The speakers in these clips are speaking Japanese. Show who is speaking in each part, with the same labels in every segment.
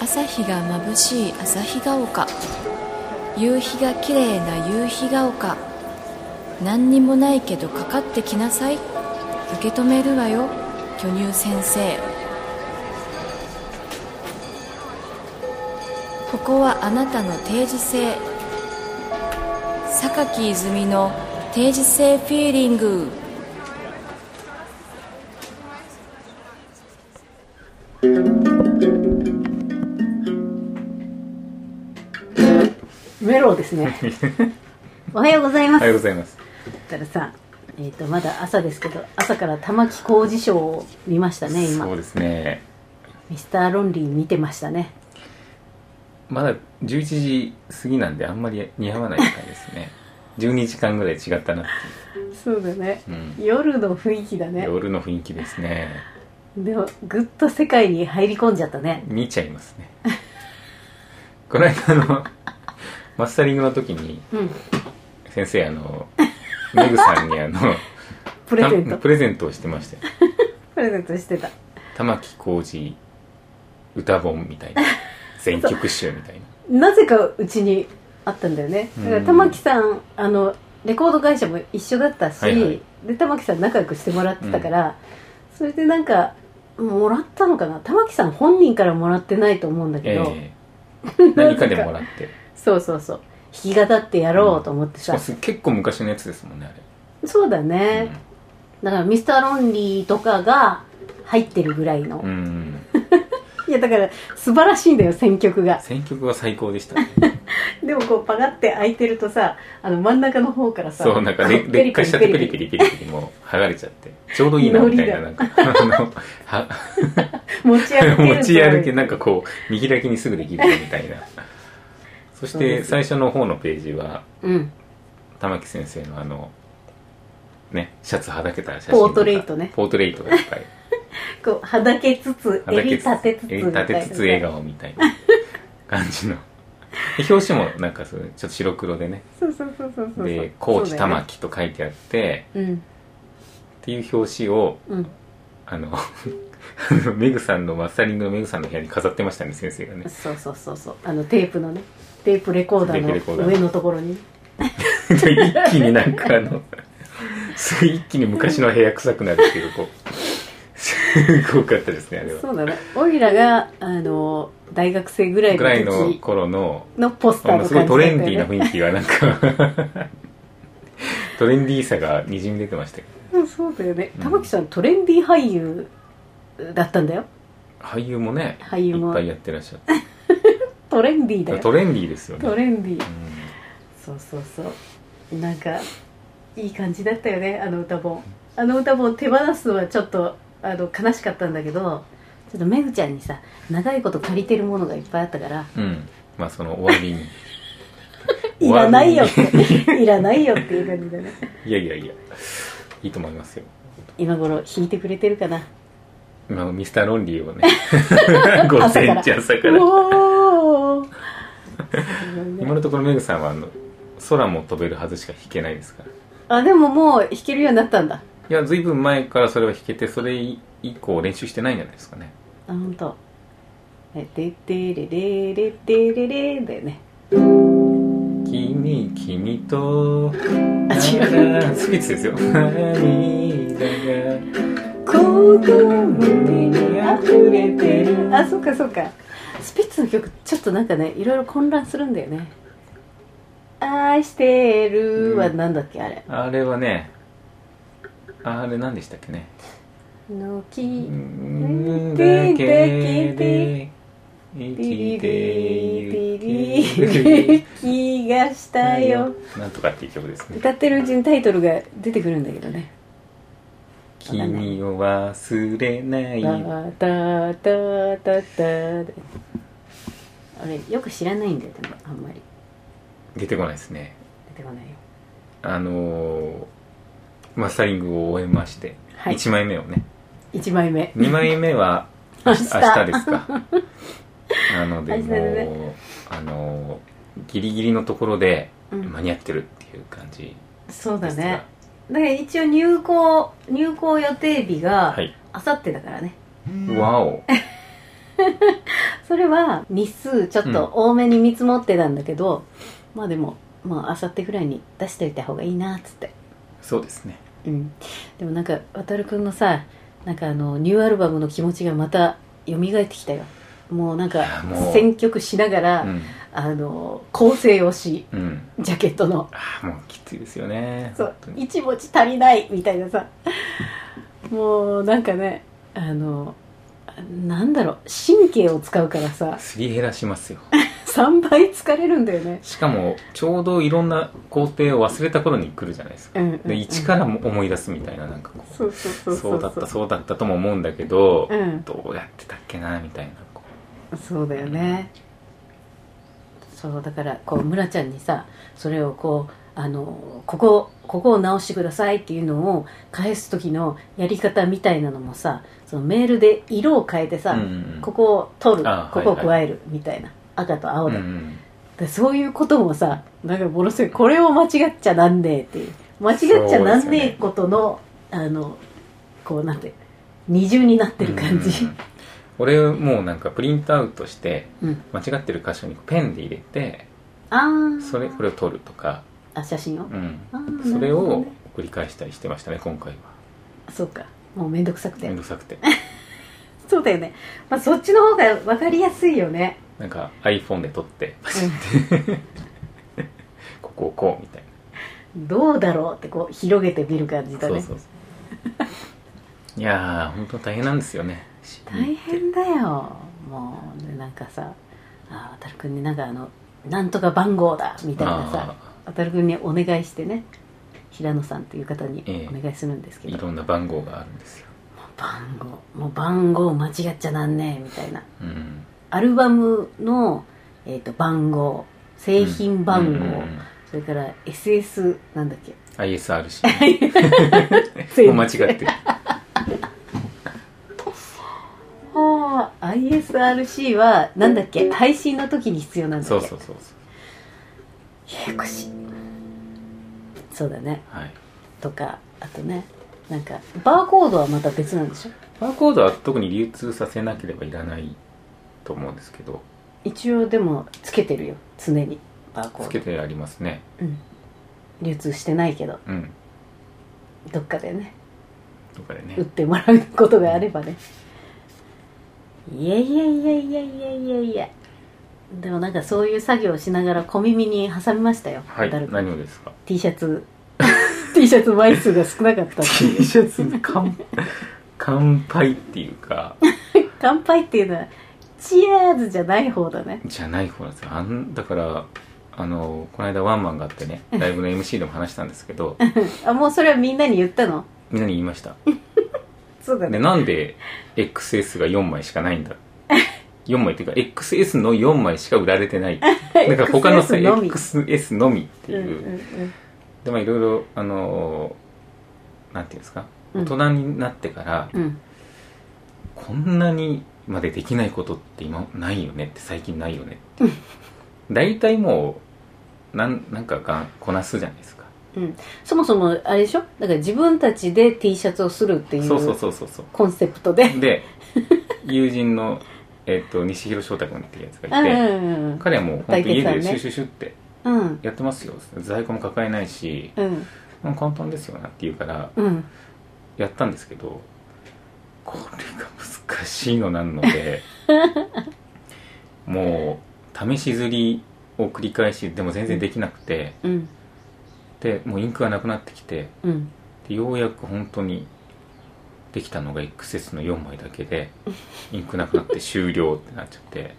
Speaker 1: 朝日が眩しい朝日が丘夕日が綺麗な夕日が丘何にもないけどかかってきなさい受け止めるわよ巨乳先生ここはあなたの定時性榊泉の定時性フィーリング
Speaker 2: メロです ね。おはようござい
Speaker 3: お
Speaker 2: ま
Speaker 3: は
Speaker 2: す。
Speaker 3: よ
Speaker 2: だ
Speaker 3: うございます。
Speaker 2: ったらさ、えっ、とまだ朝ですけど、朝から玉置浩二賞を見ましたね。
Speaker 3: そう
Speaker 2: 今
Speaker 3: ですね。
Speaker 2: ミスターロンリー見てましたね。
Speaker 3: まだ11時過ぎなんであんまり似合わない感じですね。12時間ぐらい違ったなって
Speaker 2: そうだね。
Speaker 3: いう、うん
Speaker 2: 夜の雰囲気だね。
Speaker 3: 夜の雰囲気ですね。
Speaker 2: でもぐっと世界に入り込んじゃったね。
Speaker 3: 見ちゃいますね。この間あの、マスタリングの時に
Speaker 2: うん。
Speaker 3: 先生あの、メグさんにあの、
Speaker 2: プレゼン
Speaker 3: た
Speaker 2: ト。
Speaker 3: プレゼントをしてましたよ。
Speaker 2: プレゼントしてた。
Speaker 3: 玉置浩二歌本みたいな。全曲集みたいな。
Speaker 2: なぜかうちにあったんだよね。だから
Speaker 3: うん
Speaker 2: 玉置さんあのレコード会社も一緒だったし、
Speaker 3: はいはい
Speaker 2: で玉置さん仲良くしてもらってたから、それでなんか。もらったのかな玉置さん本人からもらってないと思うんだ けど、
Speaker 3: ええ何かでもら って。
Speaker 2: そうそうそう弾き語ってやろうと思って
Speaker 3: し
Speaker 2: さ
Speaker 3: か、も結構昔のやつですもんね、あれ。
Speaker 2: そうだ
Speaker 3: うん
Speaker 2: ね、だからミスターロンリーとかが入ってるぐらいの、
Speaker 3: うん、
Speaker 2: いやだから素晴らしいんだよ選曲が
Speaker 3: 選曲は最高でした、ね、
Speaker 2: でもこうパカって開いてるとさあの真ん中の方からさ
Speaker 3: そうなんかれ
Speaker 2: こうペ
Speaker 3: 劣化しちゃってペリペリペリペリもう剥がれちゃってちょうどいいなみたいななんかあのは
Speaker 2: 持ち歩ける
Speaker 3: 持ち歩きなんかこう見開きにすぐできるみたいなそし
Speaker 2: そうで
Speaker 3: て
Speaker 2: す
Speaker 3: 最初の方のページは
Speaker 2: うん
Speaker 3: 玉木先生のあのねシャツはだけた写真
Speaker 2: ポートレートね
Speaker 3: ポートレートがいっぱい
Speaker 2: こうはだけつつ
Speaker 3: はだ
Speaker 2: 襟
Speaker 3: け
Speaker 2: 立てつつ
Speaker 3: 襟立てつつ笑顔みたいな感じので表紙もなんかそうちょっと白黒でね
Speaker 2: そうそうそうそうそう
Speaker 3: で「高知玉
Speaker 2: 置
Speaker 3: 木」と書いてあって
Speaker 2: うん
Speaker 3: っていう表紙を
Speaker 2: うん
Speaker 3: あの メグさんのマスタリングのメグさんの部屋に飾ってましたね先生がね
Speaker 2: そうそうそうそうあのテープのねテープレコーダ
Speaker 3: テープレコ
Speaker 2: ー
Speaker 3: ー
Speaker 2: の
Speaker 3: ダー
Speaker 2: 上のところに
Speaker 3: で一気になんかあのすごい一気に昔の部屋臭くなるっていうこうすごかったですねあれは
Speaker 2: そうだねオイラがあの大学生ぐらい
Speaker 3: ぐらい
Speaker 2: の
Speaker 3: の
Speaker 2: 時
Speaker 3: 頃の
Speaker 2: のポスタ
Speaker 3: あ
Speaker 2: ー
Speaker 3: の
Speaker 2: の
Speaker 3: すごい
Speaker 2: 感じだ
Speaker 3: ト
Speaker 2: ったよ
Speaker 3: レンディー
Speaker 2: ね
Speaker 3: な雰囲気がなんかトレンディーさがにじみ出てましたけど
Speaker 2: うんそうだよね
Speaker 3: うん
Speaker 2: 玉木さんトレンディー俳優だったんだよ
Speaker 3: 俳優もね
Speaker 2: 俳優
Speaker 3: いっ
Speaker 2: も
Speaker 3: ぱいやってらっしゃって
Speaker 2: トレンディーだよ
Speaker 3: トレンディーですよね
Speaker 2: トレンディー
Speaker 3: うん
Speaker 2: そうそうそうなんかいい感じだったよねあの歌本あの歌本手放すのはちょっとあの悲しかったんだけどちょっとめぐちゃんにさ長いこと借りてるものがいっぱいあったから
Speaker 3: うんまあその終わり に
Speaker 2: いらないよっ
Speaker 3: 終わ
Speaker 2: ていらないよっていう感じだね
Speaker 3: りにいやいやいやいいと思いますよ
Speaker 2: 今頃弾いてくれてるかな
Speaker 3: 今ミスターロンリーをね午前中朝から
Speaker 2: おおー
Speaker 3: 今のところメグさんはあの空も飛べるはずしか弾けないですから
Speaker 2: あでももう弾けるようになったんだ
Speaker 3: いやずいぶん前からそれは弾けてそれ以降練習してないんじゃないですかね
Speaker 2: あ本当。えででれれれでれれだよね
Speaker 3: 君君と
Speaker 2: あ違う
Speaker 3: うスピッツですよ涙が
Speaker 2: 心
Speaker 3: に溢れてる
Speaker 2: あそっかそっかスピッツの曲ちょっとなんかねいろいろ混乱するんだよね「愛してる」はなんだっけあれ
Speaker 3: あれはねあれ何でしたっけね
Speaker 2: 「のき
Speaker 3: うんだけで生きてゆけ
Speaker 2: 気がしたよ」
Speaker 3: なんとか っていう曲ですね
Speaker 2: 歌ってるうちにタイトルが出てくるんだけどね
Speaker 3: 「君を忘れな
Speaker 2: 「
Speaker 3: い」
Speaker 2: タタタタタ」あれよく知らないんだよでもあんまり
Speaker 3: 出てこないですね
Speaker 2: 出てこないよ
Speaker 3: あのーマスタリングを終えまして、
Speaker 2: はい
Speaker 3: 1枚目をね
Speaker 2: 1枚目
Speaker 3: 2枚目は
Speaker 2: 明
Speaker 3: 明
Speaker 2: 日
Speaker 3: 日明日ですかなので
Speaker 2: 明日
Speaker 3: も
Speaker 2: だ
Speaker 3: う、
Speaker 2: ね
Speaker 3: あのーギリギリのところで
Speaker 2: うん
Speaker 3: 間に合ってるっていう感じ
Speaker 2: そう
Speaker 3: で
Speaker 2: だ
Speaker 3: すが、
Speaker 2: ねだから一応入校入校予定日が
Speaker 3: はい
Speaker 2: あさってだからね、
Speaker 3: わお
Speaker 2: それは日数ちょっと多めに見積もってたんだけど、まあでもまああさってぐらいに出しておいた方がいいなっつって
Speaker 3: そうですね
Speaker 2: うんでもなんか渉くんのさなんかあのニューアルバムの気持ちがまた蘇ってきたよもうなんか
Speaker 3: いやもう
Speaker 2: 選曲しながら、
Speaker 3: うん
Speaker 2: あの構成をし
Speaker 3: うん
Speaker 2: ジャケットの
Speaker 3: ああもうきついですよね
Speaker 2: そう
Speaker 3: 本当に
Speaker 2: 一文字足りないみたいなさもうなんかねあのなんだろう神経を使うからさ
Speaker 3: すり減らしますよ
Speaker 2: 3倍疲れるんだよね
Speaker 3: しかもちょうどいろんな工程を忘れた頃に来るじゃないですか
Speaker 2: うんうんうん
Speaker 3: で一からも思い出すみたいななんかこう
Speaker 2: そうそうそう
Speaker 3: そうだったそうだったとも思うんだけど、
Speaker 2: うん
Speaker 3: どうやってたっけなみたいなこ
Speaker 2: そうだよねそうだからこう村ちゃんにさそれをこうあのここここを直してくださいっていうのを返す時のやり方みたいなのもさそのメールで色を変えて
Speaker 3: う
Speaker 2: さ、
Speaker 3: うんうんうん
Speaker 2: ここを取る
Speaker 3: あ
Speaker 2: ここを
Speaker 3: はいは
Speaker 2: 加えるみたいな、赤と青
Speaker 3: うん
Speaker 2: で,、
Speaker 3: うん
Speaker 2: でそういうこともさなんかものすごいこれを間違っちゃなんねえっていう間違っちゃなんねえことの、あのこうなんて二重になってる感じ、
Speaker 3: うんうんうん俺もうなんかプリントアウトして
Speaker 2: うん
Speaker 3: 間違ってる箇所にペンで入れて
Speaker 2: ああ
Speaker 3: それこれを取るとか、
Speaker 2: あ写真を
Speaker 3: うん
Speaker 2: あー
Speaker 3: それ
Speaker 2: なるほど
Speaker 3: を
Speaker 2: ね
Speaker 3: 繰り返したりしてましたね今回は
Speaker 2: そうかもうめんどくさく
Speaker 3: めん
Speaker 2: て
Speaker 3: どくさくて
Speaker 2: そうだよね、まあ、そっちの方が分かりやすいよね
Speaker 3: なんか iPhone で撮ってパシッてここをこうみたい
Speaker 2: どうだろうってこう広げてみる感じ
Speaker 3: な、
Speaker 2: だ
Speaker 3: そう
Speaker 2: ね
Speaker 3: そうそういやー本当大変なんですよね
Speaker 2: 大変だよもうでなんかさあー渡君になんかあのなんとか番号だみたいなさ
Speaker 3: あ
Speaker 2: 渡君にお願いしてね平野さんという方に
Speaker 3: ええ
Speaker 2: お願いするんですけ
Speaker 3: ーい
Speaker 2: ど、
Speaker 3: ろんな番号があるんですよ、
Speaker 2: 番号もう番号間違っちゃなんねえみたいな
Speaker 3: うん、
Speaker 2: アルバムの、えー、と番号製品番号、
Speaker 3: うんうんうん
Speaker 2: それから SS なんだっけ
Speaker 3: ISRC もう間違ってる
Speaker 2: はあ ISRC はなんだっけ配信の時に必要なんだっけ
Speaker 3: そうそうそうそう
Speaker 2: ややこしいそうだね
Speaker 3: はい
Speaker 2: とかあとねなんかバーコードはまた別なんでしょ
Speaker 3: バーコードは特に流通させなければいらないと思うんですけど
Speaker 2: 一応でもつけてるよ常にバーコ
Speaker 3: つ
Speaker 2: ー
Speaker 3: け
Speaker 2: ド、
Speaker 3: てありますね
Speaker 2: うん、流通してないけど
Speaker 3: うん
Speaker 2: どっかでね
Speaker 3: とかでね
Speaker 2: 売ってもらうことがあればねいやいやいやいやいやいやいやでもなんかそういう作業をしながら小耳に挟みましたよ、
Speaker 3: はい
Speaker 2: 誰か
Speaker 3: 何をで すか
Speaker 2: T シャツ T シャツ枚数が少なかったっていう
Speaker 3: T シャツに乾乾杯っていうか
Speaker 2: 乾杯っていうのはチアーズじゃない方だね
Speaker 3: じゃない方なんですよあんだからあのこの間ワンマンがあってねライブの MC でも話したんですけど
Speaker 2: あもうそれはみんなに言ったの
Speaker 3: みんなに言いました
Speaker 2: そうだ
Speaker 3: でなんで XS が4枚しかな いんだ4枚っていうか XS の4枚しか売られてな いだから他のさ
Speaker 2: XS のみ
Speaker 3: XS のみって
Speaker 2: うん
Speaker 3: いうう、
Speaker 2: んうん
Speaker 3: でまあいろいろあのーなんていうんですか
Speaker 2: うん
Speaker 3: 大人になってから、
Speaker 2: うん
Speaker 3: こんなにまでできないことって今ないよねって最近ないよねって大体もうなんなんかがこなすじゃないですか
Speaker 2: そもそもあれでしょだから自分たちで T シャツをするってい
Speaker 3: そうそう
Speaker 2: う
Speaker 3: そうそうそう
Speaker 2: コンセプトで
Speaker 3: で友人の、えっと西広翔太君っていうやつ
Speaker 2: う
Speaker 3: が
Speaker 2: ん
Speaker 3: いて、
Speaker 2: うん
Speaker 3: 彼はもう本当に家
Speaker 2: 大
Speaker 3: で
Speaker 2: 決
Speaker 3: シュ
Speaker 2: 算ね
Speaker 3: シュシュって
Speaker 2: うんうん
Speaker 3: やってますよ在庫も抱えないし
Speaker 2: うん
Speaker 3: まあ簡単ですよなって言うから
Speaker 2: うん
Speaker 3: やったんですけどこれが難しいのなん のでもう試し刷りを繰り返しでも全然できなくて
Speaker 2: うん
Speaker 3: でもうインクがなくなってきて
Speaker 2: うん
Speaker 3: でようやく本当にできたのが XS の4枚だけでインクなくなって終了ってなっちゃって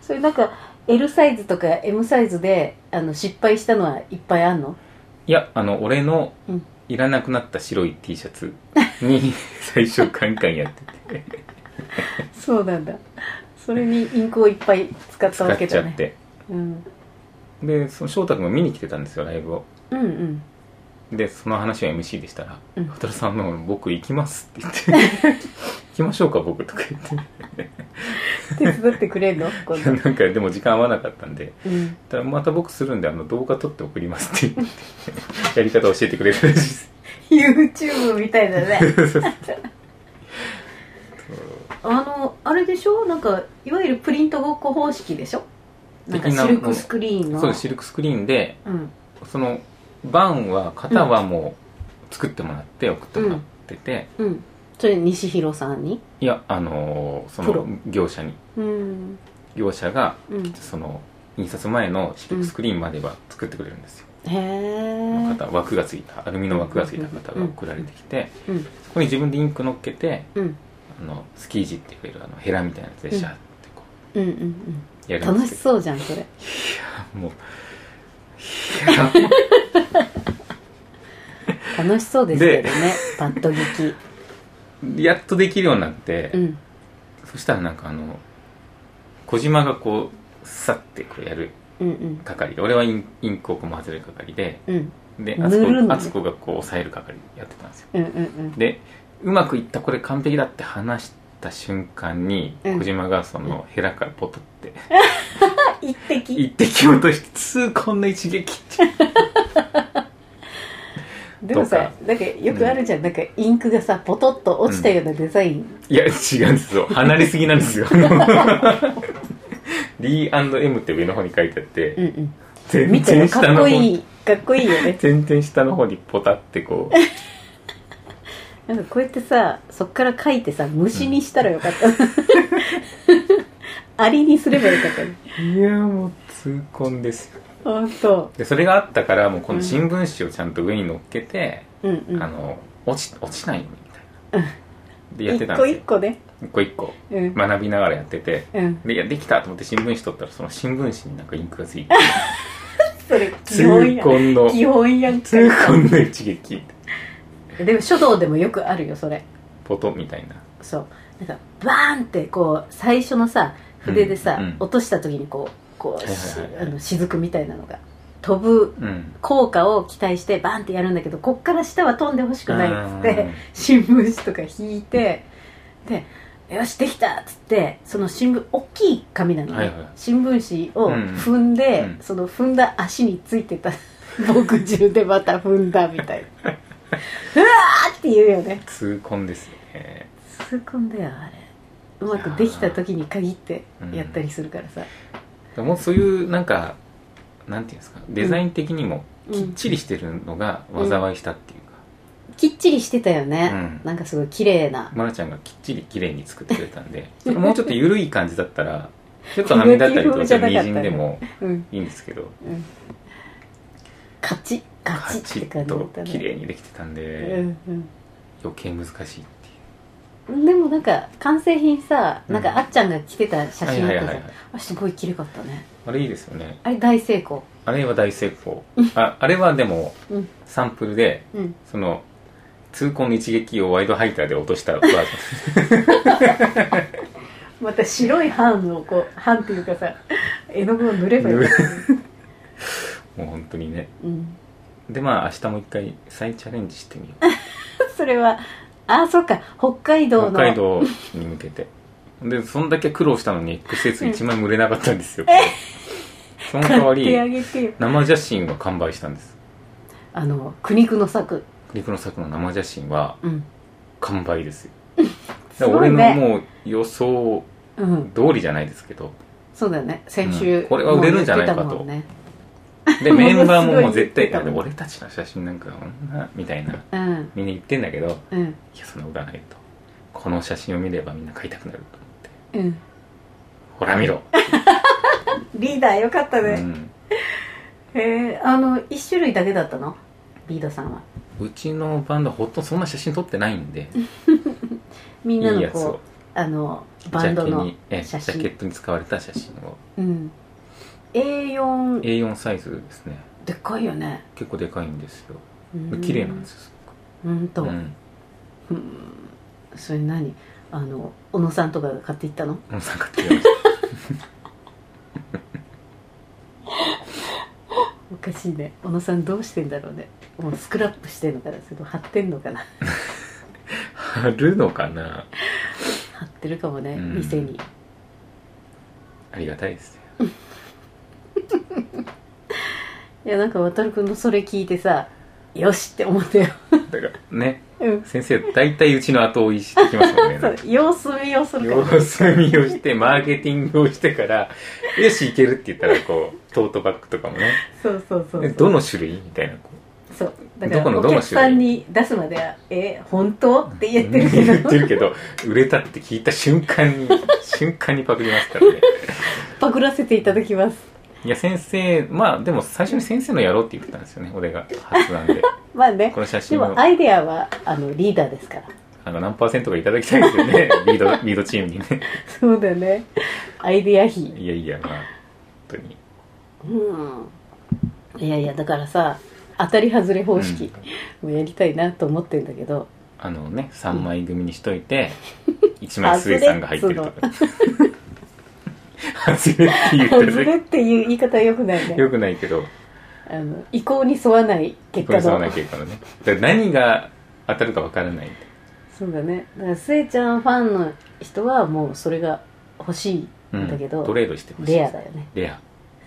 Speaker 2: それなんか L サイズとか M サイズであの失敗したのはいっぱいあんの
Speaker 3: いやあの俺の
Speaker 2: うん
Speaker 3: いらなくなった白い T シャツに最初カンカンやっ てて
Speaker 2: そうなんだそれにインクをいっぱい使った
Speaker 3: 使
Speaker 2: わ
Speaker 3: っ
Speaker 2: け
Speaker 3: ち
Speaker 2: だ
Speaker 3: ゃっ
Speaker 2: ね
Speaker 3: て
Speaker 2: うん、
Speaker 3: でその翔太君が見に来てたんですよライブを
Speaker 2: うんうん
Speaker 3: でその話を MC でしたら「
Speaker 2: うん
Speaker 3: 渡、さんの僕行きます」って言って「行きましょうか僕」とか言って
Speaker 2: 手伝ってくれんの今
Speaker 3: い
Speaker 2: 度
Speaker 3: やなんかでも時間合わなかったんで
Speaker 2: うん
Speaker 3: 「ただまた僕するんであの動画撮って送ります」って言ってやり方教えてくれたらしいです
Speaker 2: YouTube みたいだねあのああれでしょなんかいわゆるプリントごっこ方式でしょなんか
Speaker 3: 的な
Speaker 2: シルクスクリーンの
Speaker 3: そうですシルクスクリーンで
Speaker 2: うん
Speaker 3: そのバンは型はもう作ってもらって送ってもらってて、
Speaker 2: うんそれ西広さんに
Speaker 3: いやあのーそ
Speaker 2: プロ
Speaker 3: の業者に
Speaker 2: うん
Speaker 3: 業者が
Speaker 2: うん
Speaker 3: その印刷前のシルクスクリーンまでは作ってくれるんですよ、
Speaker 2: へえ
Speaker 3: 型枠がついたアルミの枠がついた型が送られてきて、
Speaker 2: うん
Speaker 3: そこに自分でインク乗っけて
Speaker 2: うん
Speaker 3: あのスキージっていわれるあのヘラみたいなやつでシャーってこ
Speaker 2: うんうんうん
Speaker 3: うやるん
Speaker 2: 楽
Speaker 3: で
Speaker 2: し
Speaker 3: す
Speaker 2: そうじゃんそれ
Speaker 3: けどもういや
Speaker 2: 楽しそうですけど ねパッと聞
Speaker 3: やっとできるようになって、
Speaker 2: きうん
Speaker 3: そしたらなんかあの小島がこうさってこうやる
Speaker 2: うんうん
Speaker 3: 係で俺はインインクをこう混ぜる係で
Speaker 2: うん
Speaker 3: で
Speaker 2: 塗
Speaker 3: あつこ
Speaker 2: るのね
Speaker 3: あつこがこう押さえる係やってたんですよ
Speaker 2: うんうん
Speaker 3: でうまくいったこれ完璧だって話した瞬間に、
Speaker 2: うん
Speaker 3: 小島がそのヘラからポトって
Speaker 2: あ一滴
Speaker 3: 一滴落として「痛恨の一撃」って
Speaker 2: でもさなんかよくあるじゃん、なんかインクがさポトッと落ちたようなデザイン、
Speaker 3: いや違うんですよ離れすぎなんですよ D&M って上の方に書いてあって、
Speaker 2: うん、うん
Speaker 3: 全
Speaker 2: 見て
Speaker 3: 然
Speaker 2: よか
Speaker 3: 下
Speaker 2: っこ
Speaker 3: の方
Speaker 2: い
Speaker 3: に
Speaker 2: いかっこいいよね
Speaker 3: 全然下の方にポタってこう
Speaker 2: なんかこうやってさそっから書いてさ虫にしたらよか った、アリにすればよかったね
Speaker 3: いやもう痛恨ですよ
Speaker 2: 本当
Speaker 3: でそれがあったからもうこの新聞紙をちゃんと上に乗っけて、
Speaker 2: うんうん
Speaker 3: あの落ち落ちないようにみたいな、でやってた
Speaker 2: 一
Speaker 3: ん
Speaker 2: 個
Speaker 3: です
Speaker 2: 一個ね
Speaker 3: よ一個一個
Speaker 2: うん、
Speaker 3: 学びながらやってて
Speaker 2: うん、
Speaker 3: でいやできたと思って新聞紙取ったらその新聞紙になんかインクがついて
Speaker 2: それ基
Speaker 3: 痛
Speaker 2: 本やん
Speaker 3: 恨の
Speaker 2: 基本やんか
Speaker 3: 痛恨の一撃
Speaker 2: でも書道でもよくあるよそれ
Speaker 3: ポトみたいな
Speaker 2: そうなんかバーンってこう最初のさ筆でさ、
Speaker 3: うんうん
Speaker 2: 落とした時にこうこう、し
Speaker 3: はいはいは
Speaker 2: あ
Speaker 3: い
Speaker 2: の雫みたいなのが飛ぶ
Speaker 3: うん
Speaker 2: 効果を期待してバーンってやるんだけどこっから下は飛んでほしくないっつっ
Speaker 3: う
Speaker 2: て
Speaker 3: ん
Speaker 2: 新聞紙とか引いてで「よしできた!」っつってその新聞大きい紙なのね、
Speaker 3: はいはい
Speaker 2: 新聞紙を踏んで、
Speaker 3: うんうん
Speaker 2: その踏んだ足についてた墨汁でまた踏んだみたい なうわーって言うよね
Speaker 3: 痛恨ですよね
Speaker 2: 痛恨だよあれうまくできた時に限ってやったりするからさ、
Speaker 3: もうそういうなんかなんていうんですかデザイン的にも
Speaker 2: うん
Speaker 3: きっちりしてるのが災いしたっていうか、
Speaker 2: きっちりしてたよね、
Speaker 3: うん
Speaker 2: なんかすごい綺麗な
Speaker 3: まなちゃんがきっちり綺麗に作ってくれたんでそれもうちょっと緩い感じだったらちょっとはみ出ったりとかちょっと滲んでも
Speaker 2: うん
Speaker 3: いいんですけど
Speaker 2: うんカチッカ
Speaker 3: カ
Speaker 2: チ
Speaker 3: チ
Speaker 2: ッって
Speaker 3: ッ
Speaker 2: 感じだっ
Speaker 3: と
Speaker 2: たね
Speaker 3: 綺麗にできてたんで、
Speaker 2: うんうん
Speaker 3: 余計難しいっていう
Speaker 2: でもなんか完成品さ
Speaker 3: うん
Speaker 2: なんかあっちゃんが着てた写
Speaker 3: はい
Speaker 2: 真あっ
Speaker 3: はい
Speaker 2: たじゃん、
Speaker 3: はいはい
Speaker 2: あすごい綺麗かったね
Speaker 3: あれいいですよね
Speaker 2: あれ大成功
Speaker 3: あれは大成功ああれはでも
Speaker 2: うん
Speaker 3: サンプルで
Speaker 2: うん
Speaker 3: その痛恨の一撃をワイドハイターで落としたバージョン
Speaker 2: また白い版をこう版っていうか さ絵の具を塗ればいい、
Speaker 3: もう本当にね
Speaker 2: うん、
Speaker 3: でまあ明日も一回再チャレンジしてみよう
Speaker 2: それはあそっか北海道
Speaker 3: 北
Speaker 2: の
Speaker 3: 海道に向けてでそんだけ苦労したのに XS1 枚も売れなかったんですよ、その代わ
Speaker 2: 買ってあ
Speaker 3: り
Speaker 2: げてよ
Speaker 3: 生写真が完売したんです
Speaker 2: あの苦肉の策
Speaker 3: 陸の作の生写真は
Speaker 2: うん
Speaker 3: 完売ですよ
Speaker 2: す
Speaker 3: だか
Speaker 2: ご
Speaker 3: ら俺
Speaker 2: い
Speaker 3: の
Speaker 2: ね
Speaker 3: もう予想
Speaker 2: うん
Speaker 3: 通りじゃないですけど
Speaker 2: そうだよね先週、
Speaker 3: うんこれは売れるんじゃないかと
Speaker 2: もう言ってたもんね
Speaker 3: で メンバーももう絶対
Speaker 2: ものすごい
Speaker 3: 俺たちの写真なんかこんなみたいな
Speaker 2: うん
Speaker 3: みんな言ってんだけどい
Speaker 2: うん
Speaker 3: やそんなことはないとこの写真を見ればみんな買いたくなると思って
Speaker 2: うん
Speaker 3: ほら見ろ、
Speaker 2: リーダーよかった
Speaker 3: う
Speaker 2: ね、
Speaker 3: ん
Speaker 2: へえあの1種類だけだったのリーダーさんは
Speaker 3: うちのバンドほとんどそんな写真撮ってないんで
Speaker 2: み
Speaker 3: い
Speaker 2: んないの
Speaker 3: やつ
Speaker 2: こ
Speaker 3: を
Speaker 2: うあの
Speaker 3: ジ
Speaker 2: バン
Speaker 3: ャ
Speaker 2: ド
Speaker 3: ケ
Speaker 2: の
Speaker 3: にえジ
Speaker 2: 写真
Speaker 3: ャケットに使われた写真を
Speaker 2: うん、A4
Speaker 3: A4 サイズですね
Speaker 2: でっかいよね
Speaker 3: 結構でかいんですよ
Speaker 2: うん
Speaker 3: 綺麗なんですよすご
Speaker 2: うんと、
Speaker 3: く、
Speaker 2: う、
Speaker 3: うんん、
Speaker 2: それ何あの小野さんとかが買っていったの
Speaker 3: 小野さん買ってくれました
Speaker 2: おかしいね小野さんどうしてんだろうねもうスクラップしてんのかなそれとも貼ってんのかな
Speaker 3: 貼るのかな
Speaker 2: 貼ってるかもね、
Speaker 3: うん
Speaker 2: 店に
Speaker 3: ありがたいですね
Speaker 2: いやなんか渡るくんのそれ聞いてさよしって思ったよ
Speaker 3: だからね
Speaker 2: うん
Speaker 3: 先生大体うちの後追いしてきますもんね
Speaker 2: そう様子見をするから
Speaker 3: 様子見をしてマーケティングをしてからよしいけるって言ったらこうトートバッグとかもね
Speaker 2: そうそうそうそ
Speaker 3: え
Speaker 2: う
Speaker 3: どの種類みたいなこ
Speaker 2: そうだから
Speaker 3: どこの
Speaker 2: お
Speaker 3: どの
Speaker 2: 客
Speaker 3: 種類
Speaker 2: さんに出すまでは「え本当?」って
Speaker 3: う
Speaker 2: 言ってるけ
Speaker 3: 言
Speaker 2: ど
Speaker 3: ってるけど売れたって聞いた瞬間に瞬間にパクりま すからね
Speaker 2: パクらせていただきます
Speaker 3: いや先生まあでも最初に先生のやろうって言ってたんですよね俺が発案で
Speaker 2: まあね
Speaker 3: この写
Speaker 2: で
Speaker 3: 真を
Speaker 2: もアイデアはあのリーダーですから
Speaker 3: あの何パーセントかいただきたいですよねリードリードチームにね
Speaker 2: そうだねアイデア比
Speaker 3: いやいやまあ本当に
Speaker 2: うんいやいやだからさ当たり外れ方式もやりたいなと思ってんだけど、
Speaker 3: あのね3枚組にしといて1枚スエさんが入ってると か外れって言った
Speaker 2: 外
Speaker 3: らね
Speaker 2: れっていう言い方はよくないね
Speaker 3: よくないけど
Speaker 2: あの意向に沿わない結
Speaker 3: これ
Speaker 2: 果
Speaker 3: そう
Speaker 2: の
Speaker 3: な結果のねだから何が当たるかわからない
Speaker 2: そうだねだからスエちゃんファンの人はもうそれが欲しいんだけど、
Speaker 3: トレードしてほしい
Speaker 2: レアだよね
Speaker 3: レア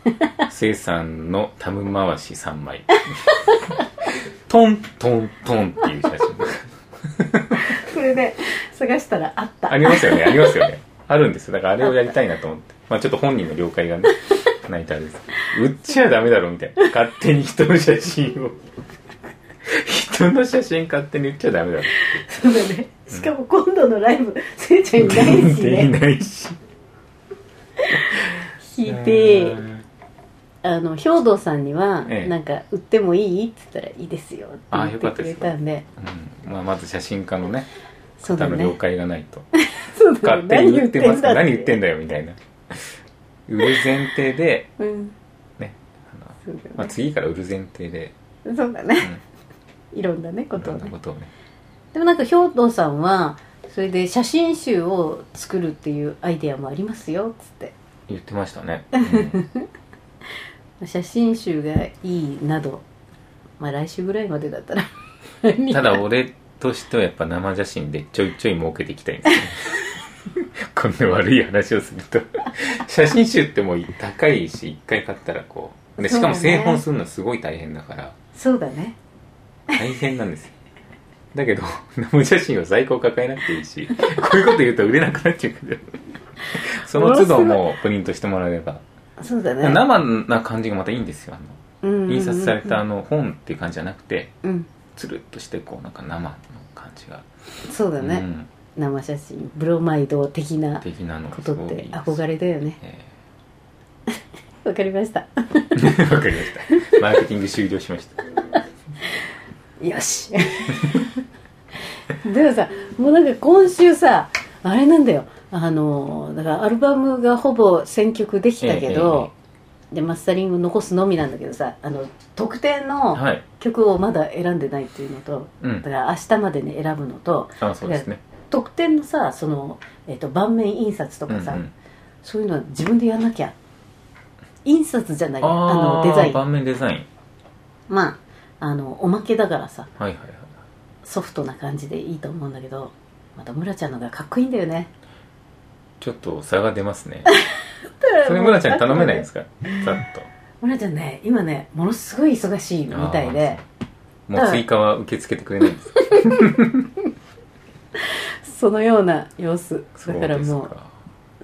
Speaker 3: 生産のタム回し3枚 トントントンっていう写真
Speaker 2: それで探したらあった
Speaker 3: ありますよねありますよねあるんですよだからあれをやりたいなと思ってまあちょっと本人の了解 がねないとあれです売っちゃダメだろみたいな勝手に人の写真を人の写真勝手に売っちゃダメだろ
Speaker 2: そうだねしかも今度のライブスエちゃんいないし
Speaker 3: でい
Speaker 2: ね
Speaker 3: ないし
Speaker 2: 弾いて
Speaker 3: うん
Speaker 2: あの兵藤さんには
Speaker 3: ええ
Speaker 2: なんか売ってもいい?」って言ったら「いいですよ」って
Speaker 3: ああ
Speaker 2: 言ってくれたんで
Speaker 3: うんまあ、まず写真家のね
Speaker 2: そうだ
Speaker 3: 方の了
Speaker 2: ね
Speaker 3: 解がないと、
Speaker 2: そうだ
Speaker 3: 勝
Speaker 2: ね
Speaker 3: 手に売ってますから何
Speaker 2: 何言
Speaker 3: 言っ
Speaker 2: って
Speaker 3: て
Speaker 2: ん
Speaker 3: ん
Speaker 2: だ
Speaker 3: だよみたいな売る前提で、
Speaker 2: てうん
Speaker 3: あの
Speaker 2: そう
Speaker 3: ま
Speaker 2: だ
Speaker 3: あ、
Speaker 2: ね
Speaker 3: 次から売る前提で、
Speaker 2: そうだ
Speaker 3: う
Speaker 2: ね
Speaker 3: ん、
Speaker 2: いろんなねこ
Speaker 3: い
Speaker 2: と
Speaker 3: ろ
Speaker 2: を
Speaker 3: んな
Speaker 2: ね
Speaker 3: こと をね
Speaker 2: でもなんか兵藤さんはそれで写真集を作るっていうアイデアもありますよっつって
Speaker 3: 言ってましたね、うん
Speaker 2: 写真集がいいなどまあ来週ぐらいまでだったら 何
Speaker 3: ただ俺としてはやっぱ生写真でちょいちょい儲けていきたいんですよね こんな悪い話をすると写真集ってもう高いし一回買ったらこうでしかも
Speaker 2: そうだね
Speaker 3: 製本するのすごい大変だから
Speaker 2: そうだね
Speaker 3: 大変なんですよだけど生写真は在庫を抱えなくていいしこういうこと言うと売れなくなっちゃうけどその都度もうプリントしてもらえれば
Speaker 2: そうだね
Speaker 3: 生な感じがまたいいんですよあの
Speaker 2: うんうんうんうん
Speaker 3: 印刷されたあの本っていう感じじゃなくて
Speaker 2: うん
Speaker 3: つるっとしてこうなんか生の感じが
Speaker 2: そうだね、
Speaker 3: うん
Speaker 2: 生写真ブロマイド的な
Speaker 3: 的なのが
Speaker 2: ことっ
Speaker 3: すごい
Speaker 2: て憧れだよね
Speaker 3: え
Speaker 2: わかりました
Speaker 3: ー わかりましたマーケティング終了しました
Speaker 2: よし でもさもうなんか今週さあれなんだよあのだからアルバムがほぼ選曲できたけど、でマスタリング残すのみなんだけどさあの特典の
Speaker 3: はい
Speaker 2: 曲をまだ選んでないっていうのと、
Speaker 3: う
Speaker 2: だか
Speaker 3: ん
Speaker 2: ら明日までに選ぶのと
Speaker 3: あそうですね
Speaker 2: 特典のさその、えっと盤面印刷と
Speaker 3: うんう
Speaker 2: かさ、
Speaker 3: ん
Speaker 2: そういうのは自分でやんなきゃ印刷じゃないあ
Speaker 3: あ
Speaker 2: の
Speaker 3: ー
Speaker 2: デザイン
Speaker 3: 盤面デザイン
Speaker 2: まああのおまけだからさ
Speaker 3: はいはいはい
Speaker 2: ソフトな感じでいいと思うんだけどまた村ちゃんのがかっこいいんだよね
Speaker 3: ちょっと差が出ますねそれ村ちゃんに頼めないんですかざっと
Speaker 2: 村ちゃんね今ねものすごい忙しいみたいで
Speaker 3: あーもう追加は受け付けてくれないんですか
Speaker 2: そのような様子
Speaker 3: そ
Speaker 2: だ
Speaker 3: う
Speaker 2: から
Speaker 3: です
Speaker 2: も
Speaker 3: か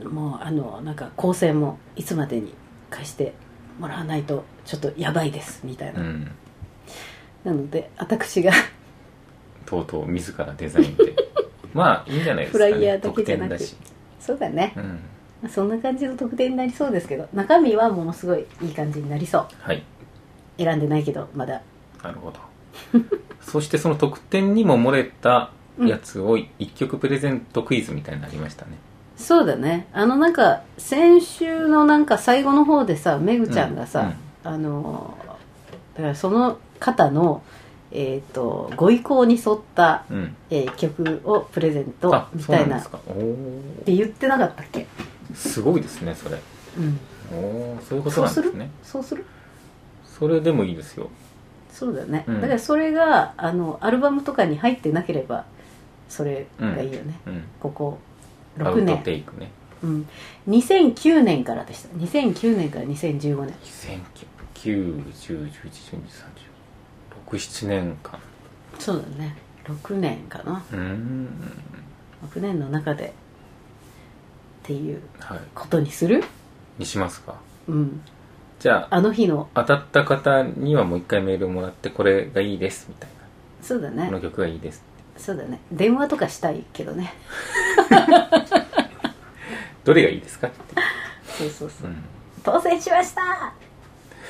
Speaker 2: うもうあのなんか構成もいつまでに貸してもらわないとちょっとやばいですみたいうな、
Speaker 3: ん
Speaker 2: なので私が
Speaker 3: とうとう自らデザインで まあいいんじゃないですか、ね、
Speaker 2: フライヤーだけじゃなく
Speaker 3: 特典だし、
Speaker 2: そうだね
Speaker 3: うん、
Speaker 2: そんな感じの特典になりそうですけど中身はものすごいいい感じになりそう
Speaker 3: はい
Speaker 2: 選んでないけどまだ
Speaker 3: なるほど そしてその特典にも漏れたやつを一曲プレゼントクイズみたいになりましたね、
Speaker 2: そうだねあのなんか先週のなんか最後の方でさめぐちゃんがさ、あのーだからその方のえっ、とご意向に沿った、
Speaker 3: うん、うん
Speaker 2: えー曲をプレゼント
Speaker 3: あ
Speaker 2: み
Speaker 3: そう
Speaker 2: た
Speaker 3: ないん
Speaker 2: な
Speaker 3: で
Speaker 2: っ
Speaker 3: すかおお
Speaker 2: て言ってなかったっけ
Speaker 3: すごいですねそれ
Speaker 2: うん
Speaker 3: おおそういうことなんですね
Speaker 2: そうする
Speaker 3: それでもいいですよ
Speaker 2: そうだね、
Speaker 3: うん
Speaker 2: だからそれがあのアルバムとかに入ってなければそれがいいよね、
Speaker 3: うん
Speaker 2: ここ
Speaker 3: ア
Speaker 2: 6
Speaker 3: ウト
Speaker 2: 年
Speaker 3: テイクね
Speaker 2: うん、2009年からでした2009年から2015年
Speaker 3: 2 0 0 9 1 0 1 1 1 2 3 0 6 7年間
Speaker 2: そうだね6年かな
Speaker 3: うーん
Speaker 2: 6年の中でっていう
Speaker 3: はい
Speaker 2: ことにする
Speaker 3: にしますか
Speaker 2: うん
Speaker 3: じゃあ
Speaker 2: あの日の
Speaker 3: 当たった方にはもう一回メールもらってこれがいいですみたい
Speaker 2: そうだ
Speaker 3: なこ
Speaker 2: ね
Speaker 3: の曲がいいです
Speaker 2: そうだね電話とかしたいけどね
Speaker 3: どれがいいですかって、、
Speaker 2: そうそうそううん当選しました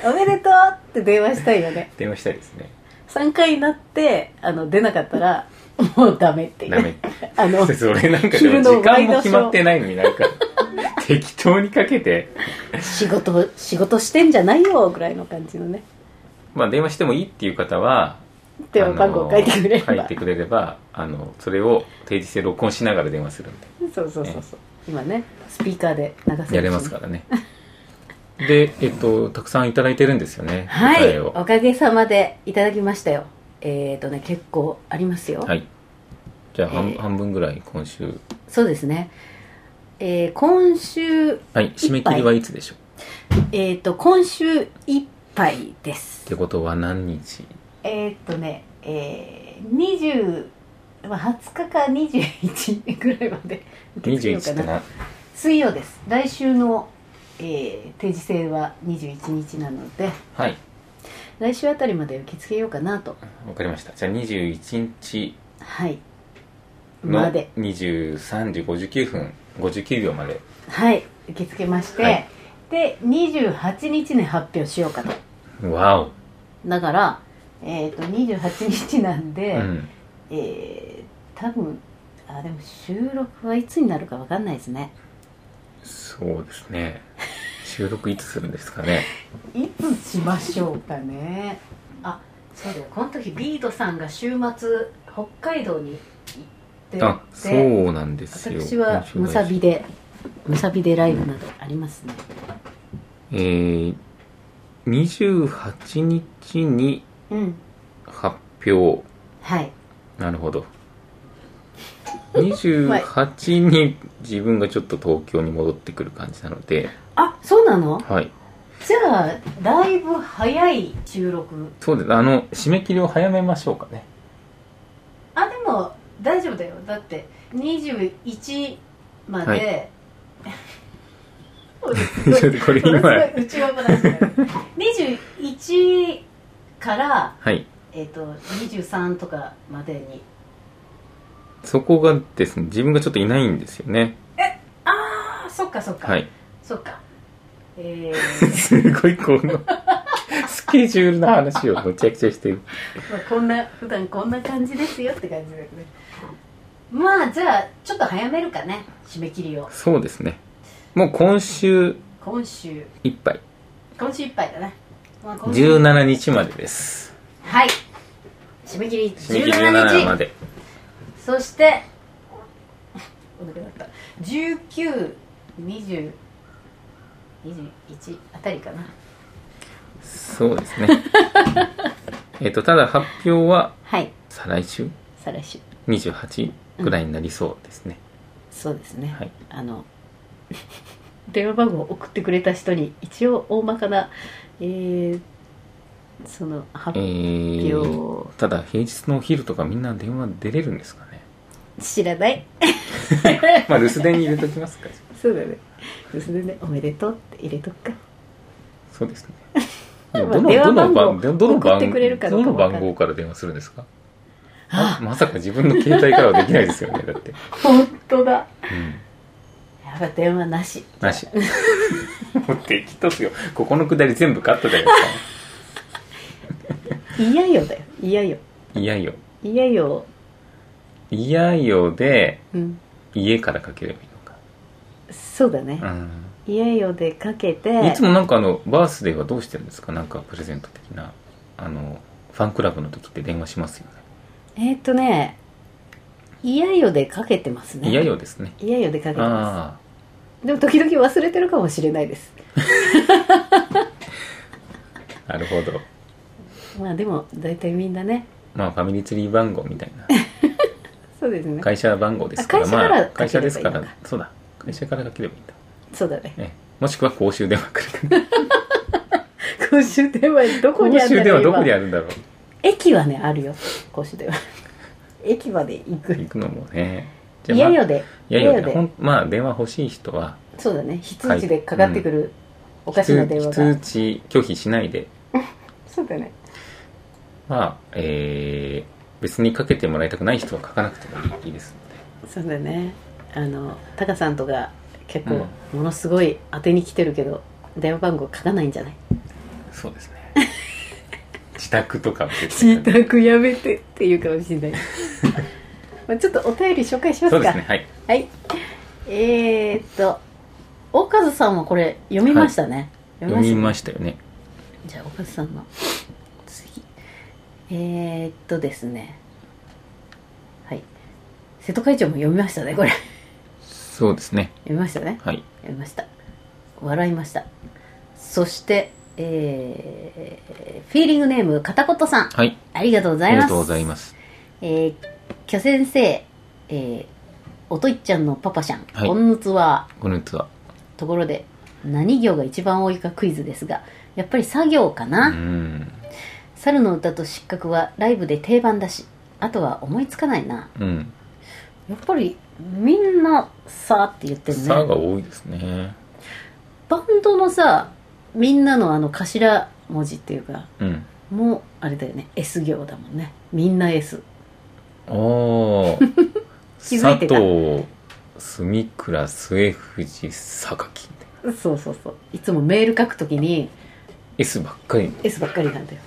Speaker 2: おめでとうって電話したいよね
Speaker 3: 電話したいですね
Speaker 2: 3回になってあの出なかったらもうダメっていう
Speaker 3: ダメ
Speaker 2: あの
Speaker 3: 先生俺なんかでも
Speaker 2: 昼
Speaker 3: 時
Speaker 2: のワ
Speaker 3: 間
Speaker 2: イドショー
Speaker 3: も決まってないのになんか適当にかけて
Speaker 2: 仕事仕事してんじゃないよぐらいの感じのね
Speaker 3: まあ電話してもいいっていう方は
Speaker 2: 電話番号書いてくれれば、
Speaker 3: あの書いてくれればあのそれを提示して録音しながら電話するんで
Speaker 2: そうそうそうそう今ねスピーカーで流せるし
Speaker 3: やれますからねでえっとたくさんいただいてるんですよね
Speaker 2: は
Speaker 3: 答
Speaker 2: い
Speaker 3: えを
Speaker 2: おかげさまでいただきましたよえっ、とね結構ありますよ、
Speaker 3: はいじゃあ半,、
Speaker 2: えー
Speaker 3: 半分ぐらい今週
Speaker 2: そうですねえー今週
Speaker 3: はい締め切りはいつでしょう
Speaker 2: えっ、と今週いっぱいです
Speaker 3: ってことは何日
Speaker 2: えーっとね、えー、20まあ20日か21ぐらいまで受け付けよう
Speaker 3: 21って
Speaker 2: かな
Speaker 3: な
Speaker 2: 水曜です来週の、えー定時制は21日なので
Speaker 3: はい
Speaker 2: 来週あたりまで受け付けようかなと
Speaker 3: わかりましたじゃあ21日
Speaker 2: はい
Speaker 3: の
Speaker 2: まで
Speaker 3: 23時59分59秒まで
Speaker 2: はい受け付けまして、
Speaker 3: はい
Speaker 2: で28日に発表しようかと
Speaker 3: わお、
Speaker 2: だからえっ、と28日なんで、
Speaker 3: うん、
Speaker 2: えー多分あでも収録はいつになるかわかんないですね
Speaker 3: そうですね収録いつするんですかね
Speaker 2: いつしましょうかねあそうだよこの時ビートさんが週末北海道に行ってて
Speaker 3: あそうなんですよ
Speaker 2: 私はむさびでむさびでライブなどありますね
Speaker 3: えー、28日に
Speaker 2: うん
Speaker 3: 発表
Speaker 2: はい
Speaker 3: なるほど28に自分がちょっと東京に戻ってくる感じなので
Speaker 2: あそうなの
Speaker 3: はい
Speaker 2: じゃあだいぶ早い収録
Speaker 3: そうですあの締め切りを早めましょうかね
Speaker 2: あでも大丈夫だよだって21ま
Speaker 3: は
Speaker 2: で、
Speaker 3: ちょっとこれ今
Speaker 2: ものすごいうちわ話だよね21から、
Speaker 3: はい
Speaker 2: えっと23とかまでに
Speaker 3: そこがですね自分がちょっといないんですよね
Speaker 2: あそっかそっか、
Speaker 3: はい
Speaker 2: そっかえ
Speaker 3: すごい このスケジュールの話をむちゃくちゃしてる
Speaker 2: ーまあ、こんな普段こんな感じですよって感じだよねまあじゃあちょっと早めるかね締め切りを
Speaker 3: そうですねもう今週
Speaker 2: 今週
Speaker 3: いっぱい
Speaker 2: 今週いっぱいだね、まあ、今週
Speaker 3: 17日までです
Speaker 2: はい締め切り
Speaker 3: 締め切り17
Speaker 2: 17日
Speaker 3: まで
Speaker 2: そしてお腹鳴った192021あたりかな
Speaker 3: そうですね えっとただ発表は
Speaker 2: はい
Speaker 3: 再来週
Speaker 2: 再来週
Speaker 3: 28ぐらいになりそうですね、
Speaker 2: そうですね、
Speaker 3: はい
Speaker 2: あの 電話番号を送ってくれた人に一応大まかなえー、その発
Speaker 3: え
Speaker 2: 表
Speaker 3: ー、
Speaker 2: を
Speaker 3: ただ平日のお昼とかみんな電話出れるんです かね
Speaker 2: 知らない
Speaker 3: まあ留守電に入れときますか
Speaker 2: そうだねそれでねおめでとうって入れとくか
Speaker 3: そうで すね
Speaker 2: あ
Speaker 3: どの
Speaker 2: 電話
Speaker 3: ど
Speaker 2: 番号
Speaker 3: の番どの
Speaker 2: 送ってくれるか
Speaker 3: 番
Speaker 2: どう
Speaker 3: ど
Speaker 2: か
Speaker 3: の
Speaker 2: わかん
Speaker 3: 番号から電話するんですか
Speaker 2: あ
Speaker 3: まさか自分の携帯からはできないですよねだって、
Speaker 2: 本当だ
Speaker 3: うん、
Speaker 2: やば電話なし
Speaker 3: なしもう適当っすよここのくだり全部カットだよ
Speaker 2: 嫌よだよ嫌よ
Speaker 3: いやよ
Speaker 2: 嫌よ
Speaker 3: いやよで
Speaker 2: うん
Speaker 3: 家からかければいいのか
Speaker 2: そうだね、
Speaker 3: うん
Speaker 2: 家よでかけて
Speaker 3: いつもなんかあのバースデーはどうしてるんですかなんかプレゼント的なあのファンクラブの時って電話しますよ
Speaker 2: えーっとね家よでかけてます
Speaker 3: ね
Speaker 2: ね
Speaker 3: いやよですね
Speaker 2: 家よでかけてま
Speaker 3: あ
Speaker 2: すでも時々忘れてるかもしれないです
Speaker 3: あなるほど
Speaker 2: まあでも大体みんなね
Speaker 3: まあファミリーツリー番号みたいな
Speaker 2: そうですね
Speaker 3: 会社番号ですから
Speaker 2: あ会社から
Speaker 3: まあ会社ですか
Speaker 2: かければいい
Speaker 3: ら
Speaker 2: の
Speaker 3: そうだ会社からかければいいんだ、
Speaker 2: そうだね
Speaker 3: ええもしくは公衆電話から
Speaker 2: 公衆電話どこ
Speaker 3: 公
Speaker 2: にあるんだ
Speaker 3: 衆電
Speaker 2: ろ
Speaker 3: 話
Speaker 2: う
Speaker 3: どこに
Speaker 2: 今
Speaker 3: あるんだろう
Speaker 2: 駅はねあるよ講師では 駅まで行く
Speaker 3: 行くのもね
Speaker 2: いやいや
Speaker 3: で
Speaker 2: で
Speaker 3: いやいや
Speaker 2: 嫌
Speaker 3: で
Speaker 2: よ
Speaker 3: ほんまあ電話欲しい人は
Speaker 2: そうだね非通知でかかってくるおかしな電話
Speaker 3: 非
Speaker 2: が、
Speaker 3: 通知拒否しないで
Speaker 2: そうだね
Speaker 3: まあえー、別にかけてもらいたくない人は書かなくてもいいです
Speaker 2: そうだねあのタカさんとか結
Speaker 3: うん
Speaker 2: 構ものすごい当てに来てるけど、電話番号書かないんじ ゃない
Speaker 3: そうですね 自宅とかも別に
Speaker 2: 自宅やめてっていうかもしれない まあちょっとお便り紹介します
Speaker 3: そ
Speaker 2: か
Speaker 3: うですねはい
Speaker 2: はいえー、っと大和さんもこれ読みましたね、
Speaker 3: 読みま
Speaker 2: し
Speaker 3: したよね
Speaker 2: たじゃあ大和さんの次えー、っとですねはい瀬戸会長も読みましたねこれ
Speaker 3: そうですね
Speaker 2: 読みましたね
Speaker 3: はい
Speaker 2: 読みました笑いましたそしてえー、フィーリングネーム片言さん
Speaker 3: はい
Speaker 2: ありがとうござ
Speaker 3: あ
Speaker 2: い
Speaker 3: り
Speaker 2: ま
Speaker 3: が
Speaker 2: す
Speaker 3: とうございます
Speaker 2: えー、キャ先生、えー、おといっちゃんのパパシャン、
Speaker 3: はい
Speaker 2: こんぬつは、
Speaker 3: このツア
Speaker 2: ところで、何行が一番多いかクイズですが、やっぱり作業かな、
Speaker 3: ーうん
Speaker 2: 猿の歌と失格はライブで定番だし、あとは思いつかないな。
Speaker 3: うん
Speaker 2: やっぱり、みんな、さーって言ってる
Speaker 3: 差
Speaker 2: ね。
Speaker 3: が多いですね
Speaker 2: バンドのさ、みんなのあの頭文字っていうか、
Speaker 3: うん
Speaker 2: もう、あれだよね、S 行だもんね。みんな S。
Speaker 3: おお
Speaker 2: 気づいてた
Speaker 3: 佐藤住倉末藤榊
Speaker 2: そうそうそう。いつもメール書くときに、
Speaker 3: S ばっかり
Speaker 2: S ばっかりなんだよ。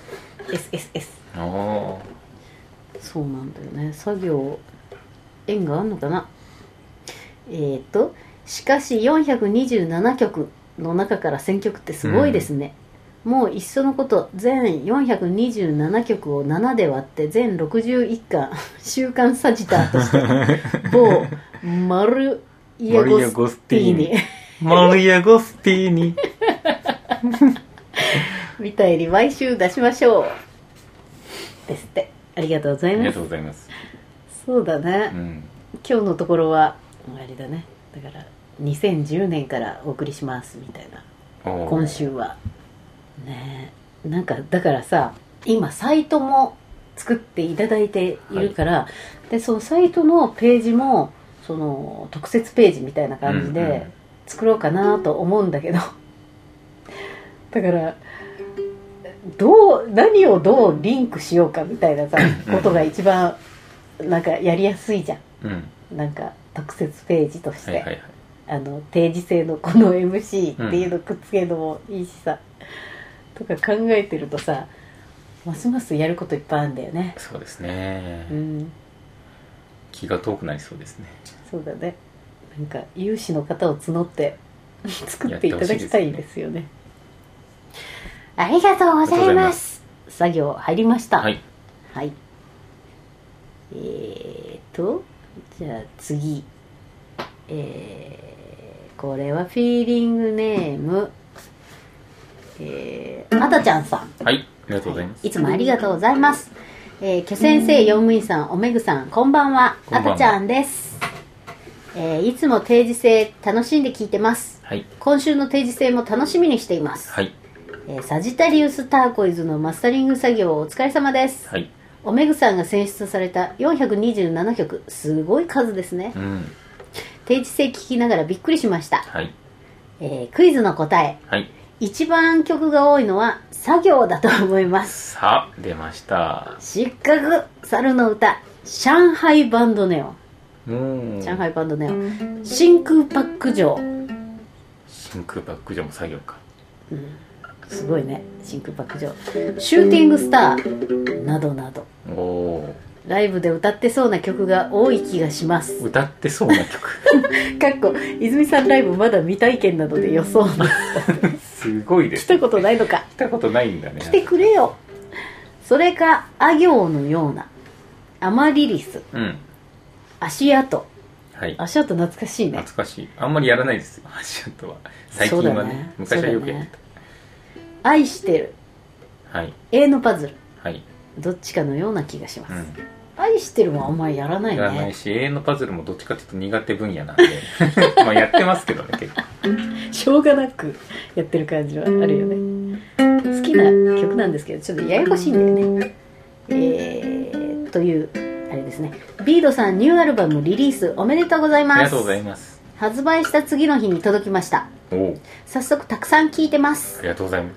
Speaker 2: S、S、S。
Speaker 3: あ
Speaker 2: そうなんだよね作業縁があんのかなえー、としかし427曲の中から選曲ってすごいですね、もういっそのこと全427曲を7で割って全61巻 「週刊サジター」として某マルイエゴスティーニ
Speaker 3: マリア・ゴスティーニ
Speaker 2: みたいに毎週出しましょうですってありがとうござ
Speaker 3: あ
Speaker 2: い
Speaker 3: り
Speaker 2: ま
Speaker 3: が
Speaker 2: す
Speaker 3: とうございます、
Speaker 2: そうだね、
Speaker 3: うん、
Speaker 2: 今日のところはあれだねだから2010年からお送りしますみたいな
Speaker 3: おー
Speaker 2: 今週はねえなんかだからさ今サイトも作っていただいているから、でそのサイトのページもその特設ページみたいな感じ
Speaker 3: うんう
Speaker 2: で
Speaker 3: ん
Speaker 2: 作ろうかなと思うんだけど、 だからどう何をどうリンクしようかみたいなさ
Speaker 3: うん
Speaker 2: ことが一番なんかやりやすいじゃん
Speaker 3: うん
Speaker 2: なんか特設ページとして、
Speaker 3: はいはいはい
Speaker 2: あの定時制のこの MC っていうのくっつけるのもいいしさ、とか考えてるとさますますやることいっぱいあるんだよね
Speaker 3: そうですね、
Speaker 2: うん
Speaker 3: 気が遠くなりそうですね
Speaker 2: そうだねなんか有志の方を募って作っていただきたいんですよねありがとうご
Speaker 3: ざいます
Speaker 2: ざいます作業入りました
Speaker 3: はい
Speaker 2: はい。えーと、じゃあ次。えー、これはフィーリングネーム。えー、あたちゃんさん。
Speaker 3: はいありがとうございます、
Speaker 2: いつもありがとうございます。えー、巨先生、用務員さん、おめぐさん、こんばんは。
Speaker 3: こ
Speaker 2: あ
Speaker 3: んばんは
Speaker 2: たちゃんです。えー、いつも定時制楽しんで聞いてます。
Speaker 3: はい
Speaker 2: 今週の定時制も楽しみにしています。
Speaker 3: はい
Speaker 2: えーサジタリウスターコイズのマスタリング作業お疲れ様です。
Speaker 3: はい
Speaker 2: おめぐさんが選出された427曲すごい数ですね
Speaker 3: うん
Speaker 2: 定時制聞きながらびっくりしました、
Speaker 3: はい
Speaker 2: えークイズの答え
Speaker 3: はい
Speaker 2: 一番曲が多いのは作業だと思います
Speaker 3: さあ出ました
Speaker 2: 失格猿の歌上海バンドネオ
Speaker 3: うん
Speaker 2: 上海バンドネオ真空パック城
Speaker 3: 真空パック上も作業か
Speaker 2: すごいね真空パック城シューティングスターなどなど
Speaker 3: おお
Speaker 2: ライブで歌ってそうな曲が多い気がします
Speaker 3: 歌ってそうな曲
Speaker 2: かっこ泉さんライブまだ未体験なので予想です
Speaker 3: すごいで
Speaker 2: 来
Speaker 3: すね
Speaker 2: たことないのか
Speaker 3: 来たことないんだね
Speaker 2: 来てくれよそれかあ行のようなアマリリス
Speaker 3: うん
Speaker 2: 足跡
Speaker 3: はい
Speaker 2: 足跡懐かしいね
Speaker 3: 懐かしいあんまりやらないですよ 足跡は最近
Speaker 2: そ
Speaker 3: は
Speaker 2: うだ
Speaker 3: ね
Speaker 2: ね
Speaker 3: 昔はよくやって
Speaker 2: 愛してる
Speaker 3: た、はい
Speaker 2: 永のパズル
Speaker 3: はい、
Speaker 2: どっちかのような気がします、
Speaker 3: う、
Speaker 2: 愛してるはあんまりやらなんい
Speaker 3: やらな
Speaker 2: ね
Speaker 3: いし永遠のパズルもどっちかっていうと苦手分野なんで まあやってますけどね結構
Speaker 2: しょうがなくやってる感じはあるよね好きな曲なんですけどちょっとややこしいんだよねえー、というあれですねビードさんニューアルバムリリースおめでとうござい
Speaker 3: あ
Speaker 2: ます
Speaker 3: りがとうございます
Speaker 2: 発売した次の日に届きました
Speaker 3: おお
Speaker 2: 早速たくさん聴いてます
Speaker 3: ありがとうございます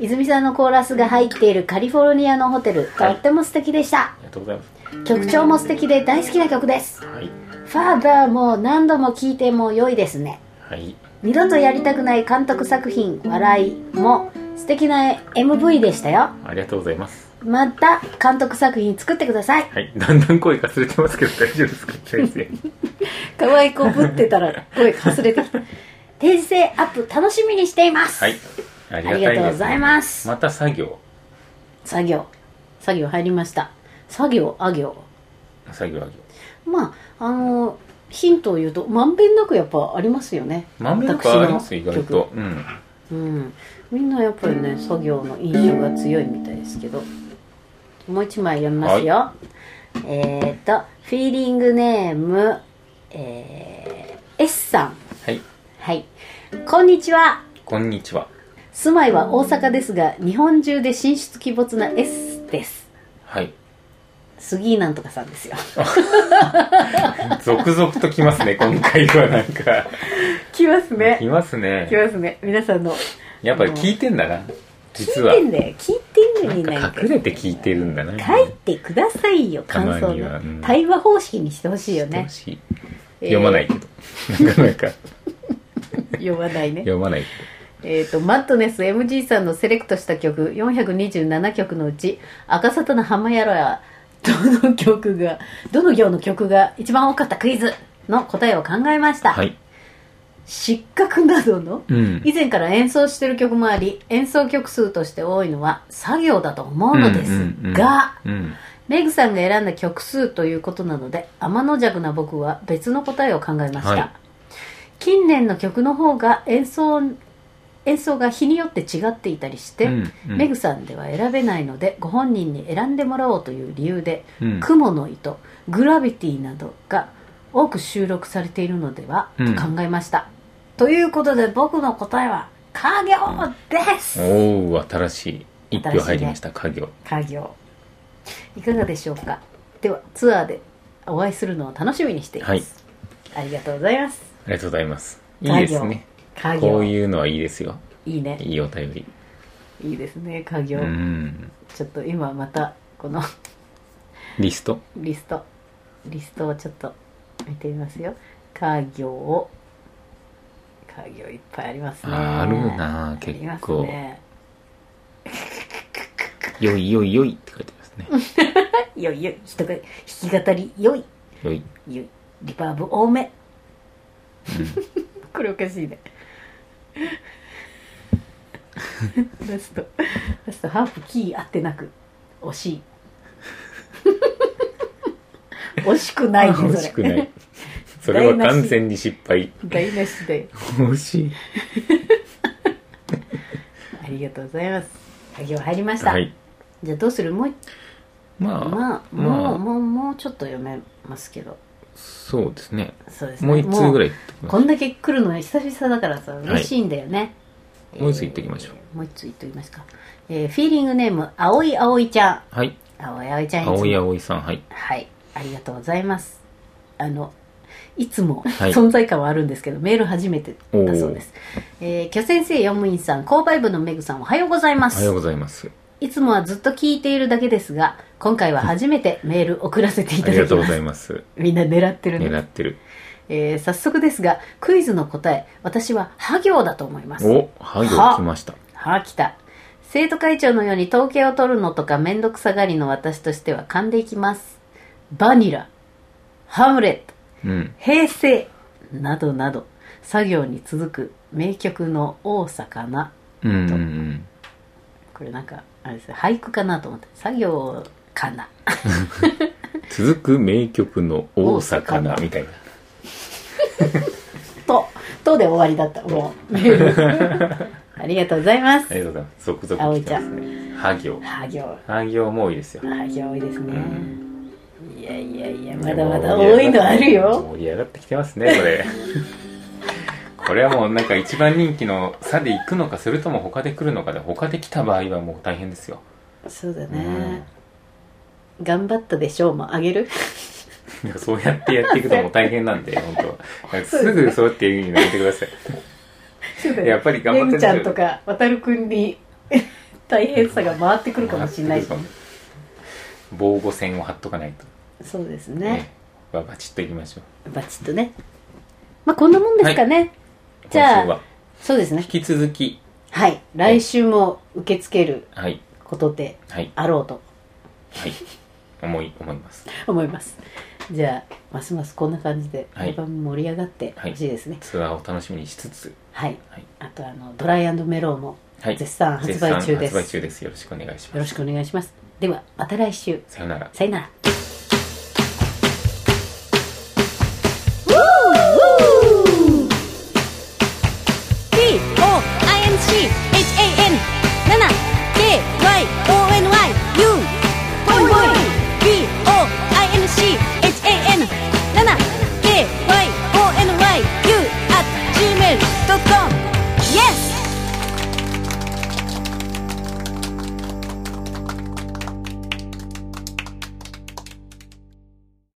Speaker 2: 泉さんのコーラスが入っているカリフォルニアのホテルと
Speaker 3: はい
Speaker 2: っても素敵でした、
Speaker 3: ありがとうございます
Speaker 2: 曲調も素敵で大好きな曲です
Speaker 3: はい
Speaker 2: ファーダーも何度も聴いても良いですね
Speaker 3: はい
Speaker 2: 二度とやりたくない監督作品「笑い」も素敵な MV でしたよ
Speaker 3: ありがとうございます
Speaker 2: また監督作品作ってください
Speaker 3: はいだんだん声かすれてますけど大丈夫ですか先 生
Speaker 2: 可愛い子ぶってたら声かすれてきた定時性アップ楽しみにしています、
Speaker 3: はいありがたい
Speaker 2: ありがとう
Speaker 3: で
Speaker 2: ご
Speaker 3: す
Speaker 2: ざいます
Speaker 3: また作業
Speaker 2: 作業作業入りました作業あ行
Speaker 3: 作業作業
Speaker 2: まああのヒントを言うとまんべんなくやっぱありますよね
Speaker 3: まんべんなくあります意外とうん
Speaker 2: うん、みんなやっぱりね作業の印象が強いみたいですけどもう一枚読みますよ、えっ、とフィーリングネーム、えー、S さん
Speaker 3: はい
Speaker 2: はいこんにちは
Speaker 3: こんにちは
Speaker 2: 住まいは大阪ですが日本中で進出鬼没な S です
Speaker 3: はい
Speaker 2: 杉井なんとかさんですよ
Speaker 3: 続々と 来ますね今回はなんか
Speaker 2: 来ます
Speaker 3: 来
Speaker 2: ね
Speaker 3: ますね
Speaker 2: 来ますね皆さんの
Speaker 3: やっぱり聞いてんだな実は
Speaker 2: 聞いてんだよ聞いてんのにな
Speaker 3: なんん
Speaker 2: か
Speaker 3: か隠れて聞いてるんだな
Speaker 2: 書いてくださいよ感
Speaker 3: た
Speaker 2: 想
Speaker 3: まには
Speaker 2: の、
Speaker 3: うん
Speaker 2: 対話方式にしてほしいよね
Speaker 3: 楽しい読まないけど、なかなか
Speaker 2: 読まないね
Speaker 3: 読まない
Speaker 2: えー、とマットネス MG さんのセレクトした曲427曲のうち「赤沙汰の浜やろや」どの曲がどの行の曲が一番多かったクイズの答えを考えました、
Speaker 3: はい
Speaker 2: 失格などの
Speaker 3: うん
Speaker 2: 以前から演奏してる曲もあり演奏曲数として多いのは作業だと思うのですが、
Speaker 3: うん
Speaker 2: メグさんが選んだ曲数ということなので天の弱な僕は別の答えを考えました、
Speaker 3: はい
Speaker 2: 近年の曲の方が演奏演奏が日によって違っていたりして、
Speaker 3: うんうん
Speaker 2: メグさんでは選べないのでご本人に選んでもらおうという理由で「
Speaker 3: うん
Speaker 2: 雲の糸」「グラビティ」などが多く収録されているのでは、
Speaker 3: うん
Speaker 2: と考えましたということで僕の答えは「家業」です、
Speaker 3: おお新しい一票入りました家業
Speaker 2: 家業いかがでしょうかではツアーでお会いするのを楽しみにしています、
Speaker 3: はい
Speaker 2: ありがとうございます
Speaker 3: ありがとうございますいい
Speaker 2: 家業
Speaker 3: ですね
Speaker 2: 家業
Speaker 3: こういうのはいいですよ
Speaker 2: いいね
Speaker 3: いいお便り
Speaker 2: いいですね家業、
Speaker 3: うん
Speaker 2: ちょっと今またこの
Speaker 3: リスト
Speaker 2: リストリストをちょっと見てみますよ家業を家業いっぱいありますね
Speaker 3: あーあるな
Speaker 2: あります
Speaker 3: 結構
Speaker 2: ね
Speaker 3: 「よいよいよい」って書いてますね
Speaker 2: よいよい人が弾き語りよい
Speaker 3: よい
Speaker 2: よいリバーブ多め、これおかしいねラストラストハープキーあってなく惜しい惜しくないねそれ
Speaker 3: 欲しくない それは完全に失敗
Speaker 2: 台無しだよ
Speaker 3: 欲しい
Speaker 2: ありがとうございます作業入りました、
Speaker 3: はい
Speaker 2: じゃあどうするもう一
Speaker 3: ま
Speaker 2: まあ
Speaker 3: あ
Speaker 2: もう、
Speaker 3: まあ
Speaker 2: もうもうちょっと読めますけど
Speaker 3: そうですね
Speaker 2: そうですね
Speaker 3: もう一通ぐらい
Speaker 2: こんだけ来るのは久々だからさ嬉しいんだよね、
Speaker 3: いもう一通言っときましょう
Speaker 2: えーもう一つ言っときますか、えーフィーリングネーム青い青いちゃん
Speaker 3: はい
Speaker 2: 青い青いちゃんいつも
Speaker 3: 青い葵さんはい
Speaker 2: はいありがとうございますあのいつも
Speaker 3: い
Speaker 2: 存在感はあるんですけど、メール初めてだそうですえー、巨先生読務員さん購買部のメグさんおはようございま
Speaker 3: お
Speaker 2: す
Speaker 3: はようございます
Speaker 2: いつもはずっと聞いているだけですが今回は初めてメール送らせてい
Speaker 3: あ
Speaker 2: た
Speaker 3: り
Speaker 2: だ
Speaker 3: が
Speaker 2: き
Speaker 3: とう
Speaker 2: ま
Speaker 3: ご
Speaker 2: す
Speaker 3: ざいます
Speaker 2: みんな狙ってるね
Speaker 3: 狙ってる
Speaker 2: えー早速ですがクイズの答え私は「は行」だと思います
Speaker 3: おは行きました
Speaker 2: はあ来た生徒会長のように統計を取るのとかめんどくさがりの私としては噛んでいきますバニラハムレット
Speaker 3: うん
Speaker 2: 平成などなど作業に続く名曲の大魚
Speaker 3: うんうんうん
Speaker 2: これなんかあれですね俳句かなと思って作業かな
Speaker 3: 続く名曲の大阪みたいな
Speaker 2: ととで終わりだったも うありがとうございま
Speaker 3: あ
Speaker 2: す
Speaker 3: りがとうございます続々来てますねは行
Speaker 2: は行
Speaker 3: は行も多いですよ
Speaker 2: は行多いですね、いやいやいやまだまだ
Speaker 3: 盛
Speaker 2: 多
Speaker 3: り
Speaker 2: い
Speaker 3: 上が
Speaker 2: の
Speaker 3: っ
Speaker 2: あるよ
Speaker 3: 盛り上がってきてますねこれ これはもうなんか一番人気の差で行くのかそれとも他で来るのかで他で来た場合はもう大変ですよ
Speaker 2: そうだね、頑張ったでしょうもあげる
Speaker 3: なんかそうやってやっていくのも大変なん で、本当なんかすぐそうやって言うようになってください。やっぱり頑張って
Speaker 2: めぐちゃんとか渡るくんに 大変さが回ってくるかもしれないし
Speaker 3: 防護線を張っとかないと。
Speaker 2: そうですね。
Speaker 3: ええ。バチッといきましょう。
Speaker 2: バチッとねまあこんなもんですかね、じゃあ
Speaker 3: 今週は
Speaker 2: そうですね
Speaker 3: 引き続き、
Speaker 2: はい来週も受け付ける
Speaker 3: はい、
Speaker 2: ことで
Speaker 3: はい、
Speaker 2: あろうと
Speaker 3: はい、思い、思います。
Speaker 2: 思いますじゃあますますこんな感じで
Speaker 3: はい
Speaker 2: 一番盛り上がってほしいですね
Speaker 3: ツアーを楽しみにしつつ、
Speaker 2: はい、
Speaker 3: はい
Speaker 2: あとあのドライメローも
Speaker 3: はい、
Speaker 2: 絶賛発売中です
Speaker 3: 絶賛発売中です。よろしくお願いし
Speaker 2: よ
Speaker 3: ま
Speaker 2: ろ
Speaker 3: す。
Speaker 2: しくお願いしますではまた来週
Speaker 3: さよなら。
Speaker 2: さよなら
Speaker 4: 7KYONYU at gmail.com Yes!